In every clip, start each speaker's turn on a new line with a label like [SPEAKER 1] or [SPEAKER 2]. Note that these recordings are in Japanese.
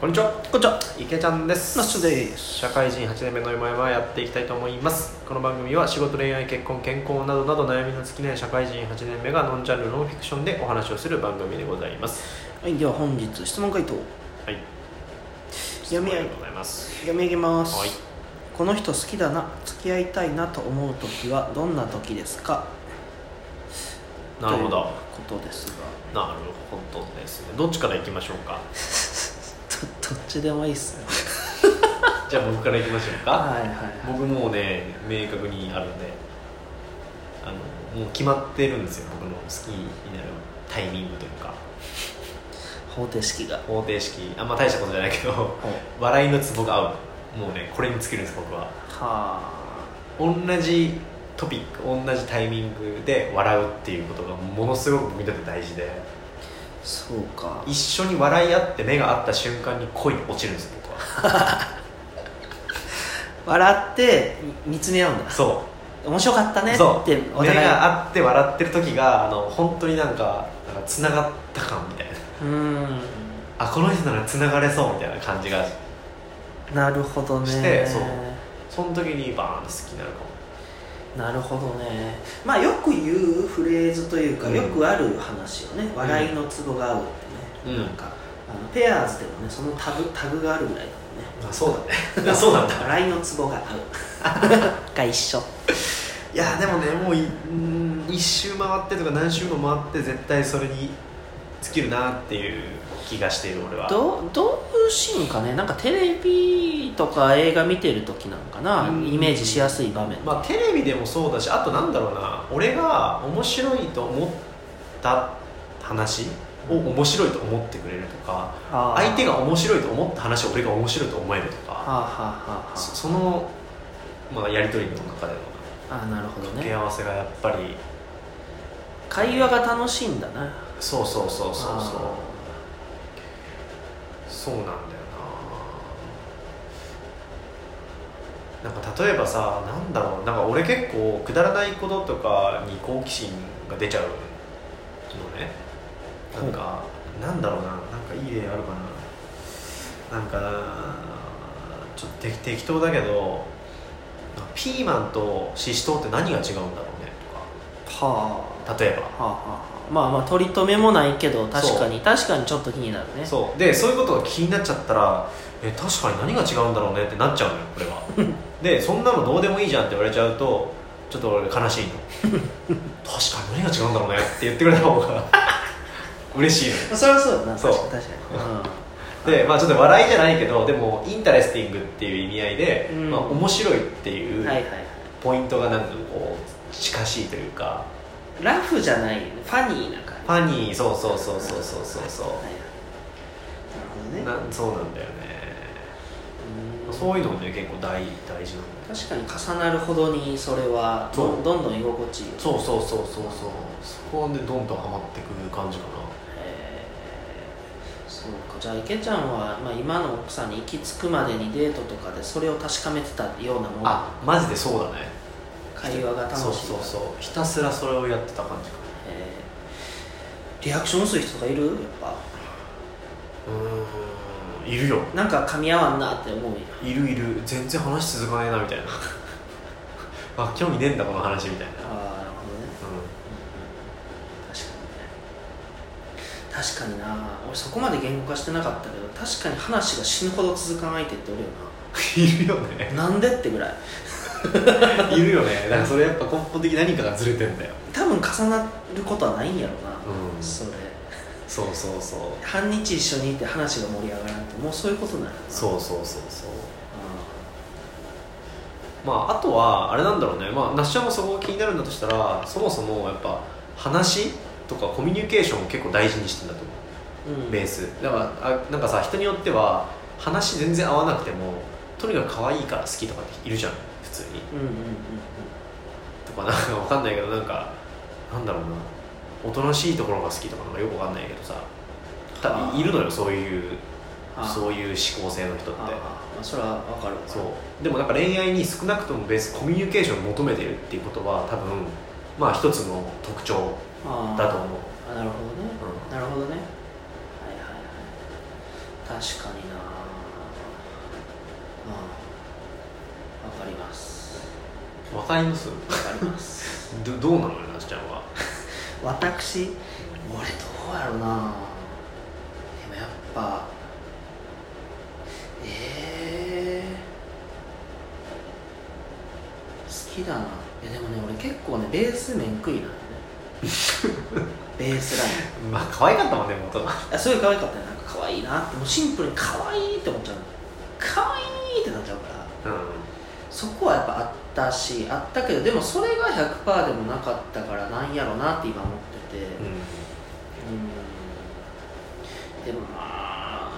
[SPEAKER 1] こんにちは
[SPEAKER 2] こんにちは
[SPEAKER 1] 池ちゃんです
[SPEAKER 2] マッシュです
[SPEAKER 1] 社会人8年目のよもやまやっていきたいと思いますこの番組は仕事恋愛結婚健康などなど悩みの尽きない社会人8年目がノンジャンルノンフィクションでお話をする番組でございます
[SPEAKER 2] はいでは本日質問回答
[SPEAKER 1] はい
[SPEAKER 2] やめ
[SPEAKER 1] ありがとうございます
[SPEAKER 2] 読み上げます、
[SPEAKER 1] はい
[SPEAKER 2] この人好きだな付き合いたいなと思う時はどんな時ですか
[SPEAKER 1] なるほ
[SPEAKER 2] という
[SPEAKER 1] ど
[SPEAKER 2] ことですが
[SPEAKER 1] なるほどですねどっちからいきましょうか
[SPEAKER 2] どどっちでもいいっすね
[SPEAKER 1] じゃあ僕からいきましょうか
[SPEAKER 2] はいはい
[SPEAKER 1] 僕もうね明確にあるんであのもう決まってるんですよ僕の好きになるタイミングというか
[SPEAKER 2] 方程式が
[SPEAKER 1] 方程式あんま大したことじゃないけど
[SPEAKER 2] ほう
[SPEAKER 1] 笑いのツボが合うもうねこれに尽きるんです僕は
[SPEAKER 2] は
[SPEAKER 1] 同じトピック同じタイミングで笑うっていうことがものすごく僕にとって大事で
[SPEAKER 2] あそうか
[SPEAKER 1] 一緒に笑い合って目が合った瞬間に恋に落ちるんです僕は
[SPEAKER 2] 笑ってみ見つめ合うんだ
[SPEAKER 1] そう
[SPEAKER 2] 面白かった ねって
[SPEAKER 1] そ
[SPEAKER 2] お
[SPEAKER 1] う
[SPEAKER 2] 互い
[SPEAKER 1] 目が合って笑ってる時があの本当になんかなんか繋がった感みたいな
[SPEAKER 2] うーん
[SPEAKER 1] あこの人なら繋がれそうみたいな感じが
[SPEAKER 2] なるほどね
[SPEAKER 1] してそうその時にバーンと好きになるかも
[SPEAKER 2] なるほどねまあよく言うフレーズというか、
[SPEAKER 1] うん
[SPEAKER 2] よくある話よね笑いのツボが合うってね、
[SPEAKER 1] うん
[SPEAKER 2] なんかあのペアーズでもねそのタグタグがあるぐらいだもんね
[SPEAKER 1] あそうだね そうなんだ
[SPEAKER 2] 笑いのツボが合う が一緒
[SPEAKER 1] いやでもねもういうーん一周回ってとか何周も回って絶対それに尽きるなっていう気がしている俺は
[SPEAKER 2] どどういうシーンかねなんかテレビとか映画見てる時なんかな、
[SPEAKER 1] うん
[SPEAKER 2] イメージしやすい場面、
[SPEAKER 1] まあテレビでもそうだしあとなんだろうな俺が面白いと思った話を面白いと思ってくれるとか
[SPEAKER 2] あー
[SPEAKER 1] 相手が面白いと思った話を俺が面白いと思えると
[SPEAKER 2] はあ、
[SPEAKER 1] か
[SPEAKER 2] はあはあ
[SPEAKER 1] そその、まあ、やり取りの中での
[SPEAKER 2] はあ、あーなるほど
[SPEAKER 1] 掛け
[SPEAKER 2] ね
[SPEAKER 1] 合わせがやっぱり
[SPEAKER 2] 会話が楽しいんだな
[SPEAKER 1] そうそうそうそうそう
[SPEAKER 2] あ
[SPEAKER 1] そうなんだよななんか例えばさなんだろうなんか俺結構くだらないこととかに好奇心が出ちゃうのねなんかなんだろうななんかいい例あるかななんかなちょっと適適当だけどなんかピーマンとシシトウって何が違うんだろうね
[SPEAKER 2] ーはあ
[SPEAKER 1] とか例えば
[SPEAKER 2] はあはあ、まあまあ取り留めもないけど確かに確かにちょっと気になるね
[SPEAKER 1] そうでそういうことが気になっちゃったらえ確かに何が違うんだろうねってなっちゃうのよこれは でそんなのどうでもいいじゃんって言われちゃうとちょっと俺悲しい の確かに何が違うんだろうねって言ってくれた方 が嬉しいの
[SPEAKER 2] それはそうだな
[SPEAKER 1] そう
[SPEAKER 2] 確かに確か
[SPEAKER 1] でまあちょっと笑いじゃないけどでもインタレスティングっていう意味合いで、
[SPEAKER 2] うん
[SPEAKER 1] まあ、面白いって
[SPEAKER 2] に、う
[SPEAKER 1] い
[SPEAKER 2] ん、はいは
[SPEAKER 1] う
[SPEAKER 2] いはい
[SPEAKER 1] ポイントがなんかこう近しいというか
[SPEAKER 2] ラフじゃないファニーな感じ
[SPEAKER 1] ファニーそうそうそうそうそうそうそう
[SPEAKER 2] はいはいなるほどね
[SPEAKER 1] なそうなんだよね
[SPEAKER 2] うん
[SPEAKER 1] そういうのもね結構大大事なんだよね
[SPEAKER 2] 確かに重なるほどにそれは
[SPEAKER 1] そ
[SPEAKER 2] ど
[SPEAKER 1] うん
[SPEAKER 2] どんどん居心地いいよ
[SPEAKER 1] そうそうそうそうそうそこでどんどんハマってくる感じか
[SPEAKER 2] えーそうかじゃあ池ちゃんは、まあ、今の奥さんに行き着くまでにデートとかでそれを確かめてたようなも
[SPEAKER 1] な
[SPEAKER 2] の
[SPEAKER 1] あマジでそうだね
[SPEAKER 2] 会話が楽しい
[SPEAKER 1] そうそうそうひたすらそれをやってた感じか
[SPEAKER 2] えーリアクション薄い人とかいるやっぱ
[SPEAKER 1] なうーんいるよ
[SPEAKER 2] なんか噛み合わんなって思うよ
[SPEAKER 1] いるいる全然話続かねえなみたいな あ興味ねえんだこの話みたいな、
[SPEAKER 2] ああなるほどね
[SPEAKER 1] う
[SPEAKER 2] 確かにね確かにな俺そこまで言語化してなかったけど確かに話が死ぬほど続かない相手っておるよ
[SPEAKER 1] ん、いるよね
[SPEAKER 2] ななんでってぐらい
[SPEAKER 1] いるよねだからそれやっぱ根本的に何かがずれてんだよ、
[SPEAKER 2] 多分重なることはないんやろな、
[SPEAKER 1] うん、そ
[SPEAKER 2] それ
[SPEAKER 1] うそうそう
[SPEAKER 2] 半日一緒にいて話が盛り上がらんってもうそういうことなの
[SPEAKER 1] そうそうそうそうまあ、あとはあれなんだろうね、まあ、那須ちゃんもそこが気になるんだとしたらそもそもやっぱ話とかコミュニケーションを結構大事にしてんだと思
[SPEAKER 2] うん、う、
[SPEAKER 1] うんベースだからあなんかさ人によっては話全然合わなくてもとにかく可愛いから好きとかっているじゃん普通に
[SPEAKER 2] うんうんうん
[SPEAKER 1] とかなんかわかんないけどなんかなんだろうなおとなしいところが好きとかなんかよくわかんないけどさ多分いるのよそういう
[SPEAKER 2] うん
[SPEAKER 1] そうういう思考性の人って
[SPEAKER 2] ああまあそれはわかるわかる
[SPEAKER 1] そうでもなんか恋愛に少なくともベースコミュニケーションを求めてるっていうことは多分まあ一つの特徴
[SPEAKER 2] あー
[SPEAKER 1] だと思う、
[SPEAKER 2] あなるほどね、
[SPEAKER 1] う
[SPEAKER 2] なるほどねはいはいはい確かになうんわかります
[SPEAKER 1] わかります
[SPEAKER 2] わかります
[SPEAKER 1] どどうなのよなすちゃんは
[SPEAKER 2] 私俺どうやろうなでもやっぱえー、好きだなえでもね俺結構ねベース面食いなんだよねベースライン
[SPEAKER 1] まあ可愛かったもんね元が
[SPEAKER 2] あすごい可愛かったねなんか可愛いなってもうシンプルに可愛いって思っちゃうの可愛いってなっちゃうから
[SPEAKER 1] う
[SPEAKER 2] そこはやっぱあったしあったけどでもそれが100%でもなかったからなんやろなって今思ってて
[SPEAKER 1] ん、うん、
[SPEAKER 2] うんでもまあ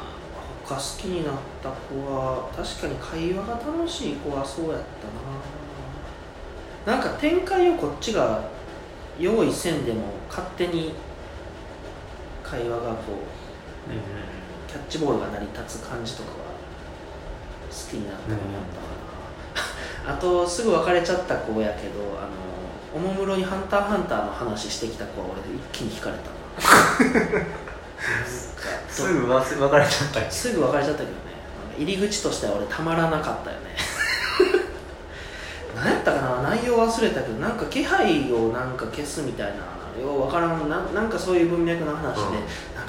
[SPEAKER 2] 他好きになった子は確かに会話が楽しい子はそうやったななんか展開をこっちが用意せんでも勝手に会話がこうキャッチボールが成り立つ感じとかは好きになったかなったかな、 あとすぐ別れちゃった子やけどあのおもむろに「ハンターハンター」の話してきた子は俺一気に惹かれたななんか
[SPEAKER 1] すぐ忘れ別れちゃったり
[SPEAKER 2] すぐ別れちゃったけどねなんか入り口としては俺たまらなかったよね 何やったかな内容忘れたけどなんか気配をなんか消すみたいなようわからんななんかそういう文脈の話
[SPEAKER 1] うん
[SPEAKER 2] で、な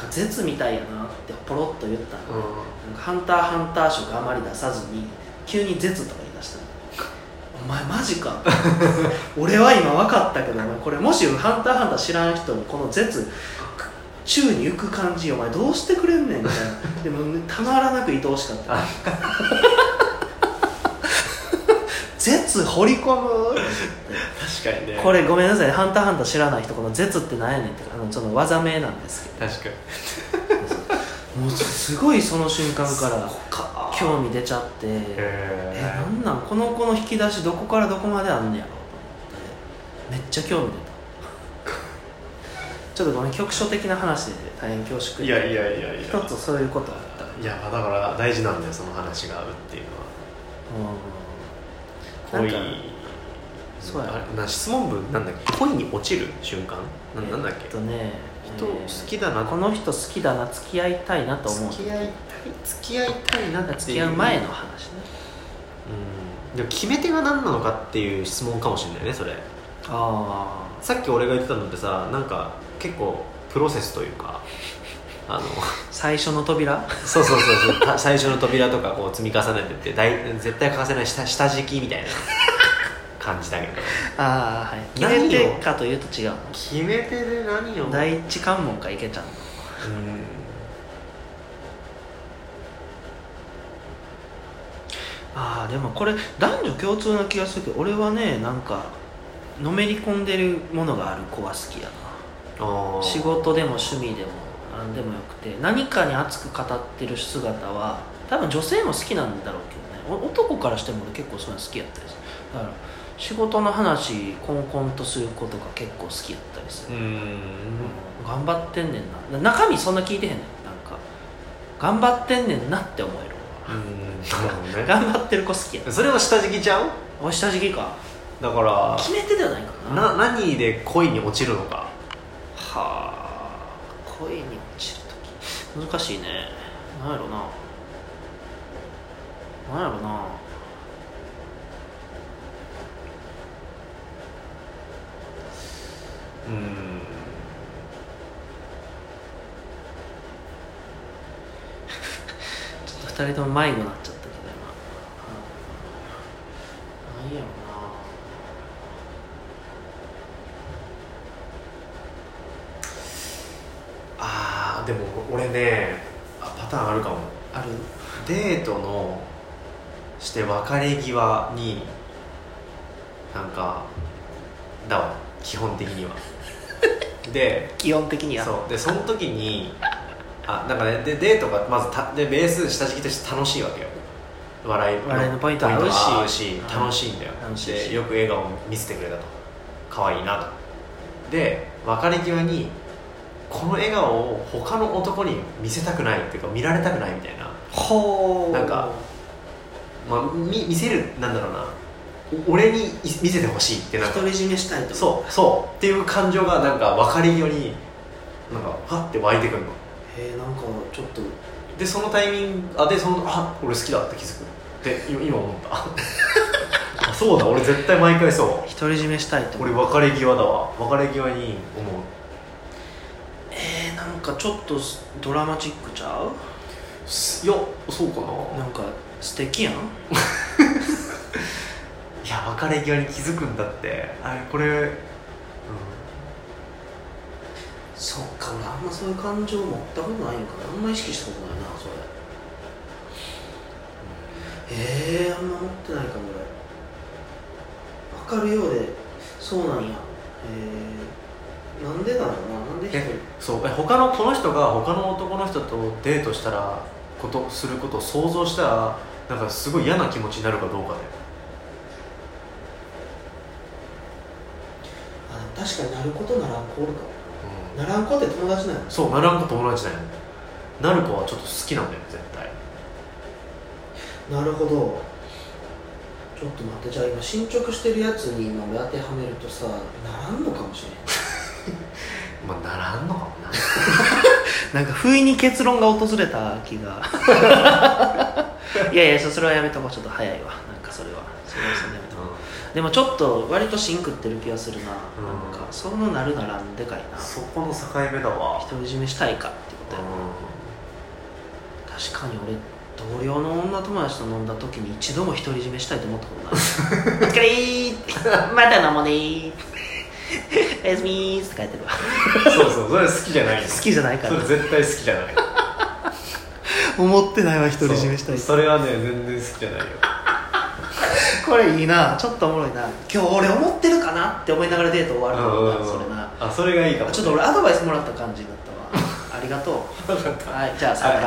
[SPEAKER 2] んか絶みたいやなってポロッと言ったの、
[SPEAKER 1] うん
[SPEAKER 2] なんかハンターハンター色あまり出さずに急に「絶」とか言い出したのお前マジか 俺は今分かったけどお前これもし「ハンターハンター」知らん人にこの「絶」宙に浮く感じお前どうしてくれんねんみたいなでもたまらなく愛おしかった
[SPEAKER 1] あ
[SPEAKER 2] 絶掘り込む
[SPEAKER 1] 確かにね
[SPEAKER 2] これごめんなさい「ハンターハンター」知らない人この「絶」って何やねんってあのちょっと技名なんですけど
[SPEAKER 1] 確かに
[SPEAKER 2] もうすごいその瞬間から
[SPEAKER 1] か
[SPEAKER 2] 興味出ちゃってえ
[SPEAKER 1] え
[SPEAKER 2] なんなんこの子の引き出しどこからどこまであんねやろと思ってめっちゃ興味出た ちょっとごめん局所的な話で大変恐縮
[SPEAKER 1] いやいやいやいや
[SPEAKER 2] 一つそういうことあった
[SPEAKER 1] いやまあだから大事なんだよその話が合うっていうのは
[SPEAKER 2] うん
[SPEAKER 1] 恋
[SPEAKER 2] なんかそうやな
[SPEAKER 1] あれな質問文なんだっけ恋に落ちる瞬間ななんだっ
[SPEAKER 2] え
[SPEAKER 1] け
[SPEAKER 2] っとね
[SPEAKER 1] 人
[SPEAKER 2] え
[SPEAKER 1] 好
[SPEAKER 2] ー
[SPEAKER 1] きだな
[SPEAKER 2] この人好きだな付き合いたいなと思う
[SPEAKER 1] 付き合いたい付き合いたいなっていう
[SPEAKER 2] 付き合う前の話ね
[SPEAKER 1] うんでも決め手が何なのかっていう質問かもしれないねそれ
[SPEAKER 2] あ
[SPEAKER 1] さっき俺が言ってたのってさなんか結構プロセスというかあの
[SPEAKER 2] あ最初の扉
[SPEAKER 1] そうそうそうそう た最初の扉とかこう積み重ねてってだい絶対欠かせない下下敷きみたいな感じだけど
[SPEAKER 2] ああはい決
[SPEAKER 1] 何を
[SPEAKER 2] め手かというと違うの
[SPEAKER 1] 決め手で何を
[SPEAKER 2] 第一関門かいけちゃうの
[SPEAKER 1] うん
[SPEAKER 2] ああでもこれ男女共通な気がするけど俺はねなんかのめり込んでるものがある子は好きや
[SPEAKER 1] あ
[SPEAKER 2] な
[SPEAKER 1] ー
[SPEAKER 2] 仕事でも趣味でも何でもよくて何かに熱く語ってる姿は多分女性も好きなんだろうけどねお男からしても俺結構そういうの好きやったりするだから仕事の話コンコンとする子とか結構好きやったりする
[SPEAKER 1] う、 ん
[SPEAKER 2] 頑張ってんねんな中身そんな聞いてへんねんなんか頑張ってんねんなって思える
[SPEAKER 1] うんなるほどね
[SPEAKER 2] 頑張ってる子好きや
[SPEAKER 1] それは下敷きちゃう
[SPEAKER 2] お下敷きか
[SPEAKER 1] だから
[SPEAKER 2] 決め手ではないか
[SPEAKER 1] な
[SPEAKER 2] な
[SPEAKER 1] 何で恋に落ちるのか
[SPEAKER 2] はあ恋に落ちるとき難しいねなんやろななんやろな
[SPEAKER 1] うん
[SPEAKER 2] ちょっと二人とも迷子になっちゃったけどななんやろ
[SPEAKER 1] ああでも俺ねあパターンあるかも
[SPEAKER 2] なある
[SPEAKER 1] デートのして別れ際になんかだわ基本的に はで
[SPEAKER 2] 基本的には
[SPEAKER 1] そうでその時にあなんかねでデートがまずたでベース下敷きとして楽しいわけよ笑い
[SPEAKER 2] 笑いのポイント
[SPEAKER 1] が
[SPEAKER 2] 合
[SPEAKER 1] 合
[SPEAKER 2] う
[SPEAKER 1] う
[SPEAKER 2] し
[SPEAKER 1] し楽しいんだよ
[SPEAKER 2] 楽しいし
[SPEAKER 1] でよく笑顔を見せてくれたと可愛いなとで別れ際にこの笑顔を他の男に見せたくないっていうか見られたくないみたいな、
[SPEAKER 2] ほう
[SPEAKER 1] なんかまあ、み見せるなんだろうなお俺にい見せてほしいってなんか
[SPEAKER 2] 独り占めしたいとう
[SPEAKER 1] そうそうっていう感情がなんか別れ際になんかハッて湧いてくるの
[SPEAKER 2] へえんかちょっと
[SPEAKER 1] でそのタイミングあでそのあ俺好きだって気づくって今今思った あそうだ俺絶対毎回そう
[SPEAKER 2] 独り占めしたいと思
[SPEAKER 1] 俺
[SPEAKER 2] う
[SPEAKER 1] 別れ際だわ別れ際に思う
[SPEAKER 2] えー、なんかちょっとドラマチックちゃう
[SPEAKER 1] すいやそうかな
[SPEAKER 2] なんか素敵やん
[SPEAKER 1] いや別れ際に気づくんだってあれこれ、うん、
[SPEAKER 2] そっか俺あんまそういう感情持ったことないんかなあんま意識したことないなそれえー、あんま持ってないかも俺分かるようでそうなんやえー、なんでだろうななんで一人
[SPEAKER 1] えそうえ他のこの人が他の男の人とデートしたらことすることを想像したらなんかすごい嫌な気持ちになるかどうかで、
[SPEAKER 2] あでも確かになることならん子おるかも
[SPEAKER 1] う
[SPEAKER 2] ならん子って友達なの
[SPEAKER 1] ん、そうならんか友達だよなる子はちょっと好きなんだよ絶対
[SPEAKER 2] なるほどちょっと待ってじゃあ今進捗してるやつに今俺当てはめるとさならんのかもしれん
[SPEAKER 1] まあならんのかもな
[SPEAKER 2] なんか不意に結論が訪れた気が いやいやそそれはやめとこうちょっと早いわなんかそれはそれはそれやめとこうでもちょっと割と芯食ってる気がするな、
[SPEAKER 1] うん
[SPEAKER 2] なんかそのなるならんでかいな
[SPEAKER 1] そこの境目だわ
[SPEAKER 2] 独り占めしたいかってことやな、確かに俺同僚の女友達と飲んだ時に一度も独り占めしたいと思ったことないお疲れーまた飲もうねーおやすみーって書いてるわ
[SPEAKER 1] うんそうそうそれ好きじゃないの
[SPEAKER 2] 好きじゃないか
[SPEAKER 1] そ
[SPEAKER 2] ら
[SPEAKER 1] れ絶対好きじゃない
[SPEAKER 2] 思ってないわ独
[SPEAKER 1] そうそれはね全然好きじゃないよ
[SPEAKER 2] これいいなちょっとおもろいな今日俺思ってるかなって思いながらデート終わる
[SPEAKER 1] うんうん
[SPEAKER 2] の
[SPEAKER 1] う
[SPEAKER 2] が
[SPEAKER 1] ん
[SPEAKER 2] それな
[SPEAKER 1] あそれがいいかも
[SPEAKER 2] ちょっと俺アドバイスもらった感じになったわありがとうはいじゃあさよなら、